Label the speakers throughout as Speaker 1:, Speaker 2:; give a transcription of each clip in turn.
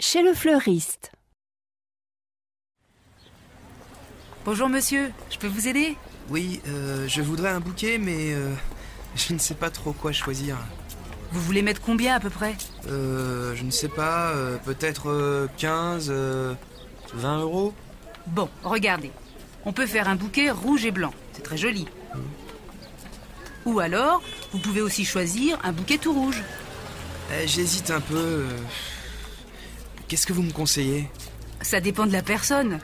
Speaker 1: Chez le fleuriste.
Speaker 2: Bonjour monsieur, je peux vous aider
Speaker 3: Oui, euh, je voudrais un bouquet, mais euh, je ne sais pas trop quoi choisir.
Speaker 2: Vous voulez mettre combien à peu près
Speaker 3: Euh, je ne sais pas, euh, peut-être euh, 15, euh, 20 euros
Speaker 2: Bon, regardez. On peut faire un bouquet rouge et blanc, c'est très joli. Ou alors, vous pouvez aussi choisir un bouquet tout rouge.
Speaker 3: Eh, J'hésite un peu. euh, Qu'est-ce que vous me conseillez
Speaker 2: Ça dépend de la personne.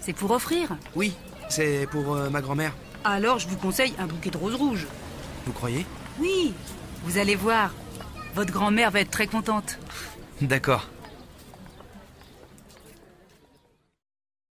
Speaker 2: C'est pour offrir.
Speaker 3: Oui, c'est pour euh, ma grand-mère.
Speaker 2: Alors, je vous conseille un bouquet de roses rouges.
Speaker 3: Vous croyez
Speaker 2: Oui, vous allez voir. Votre grand-mère va être très contente.
Speaker 3: D'accord.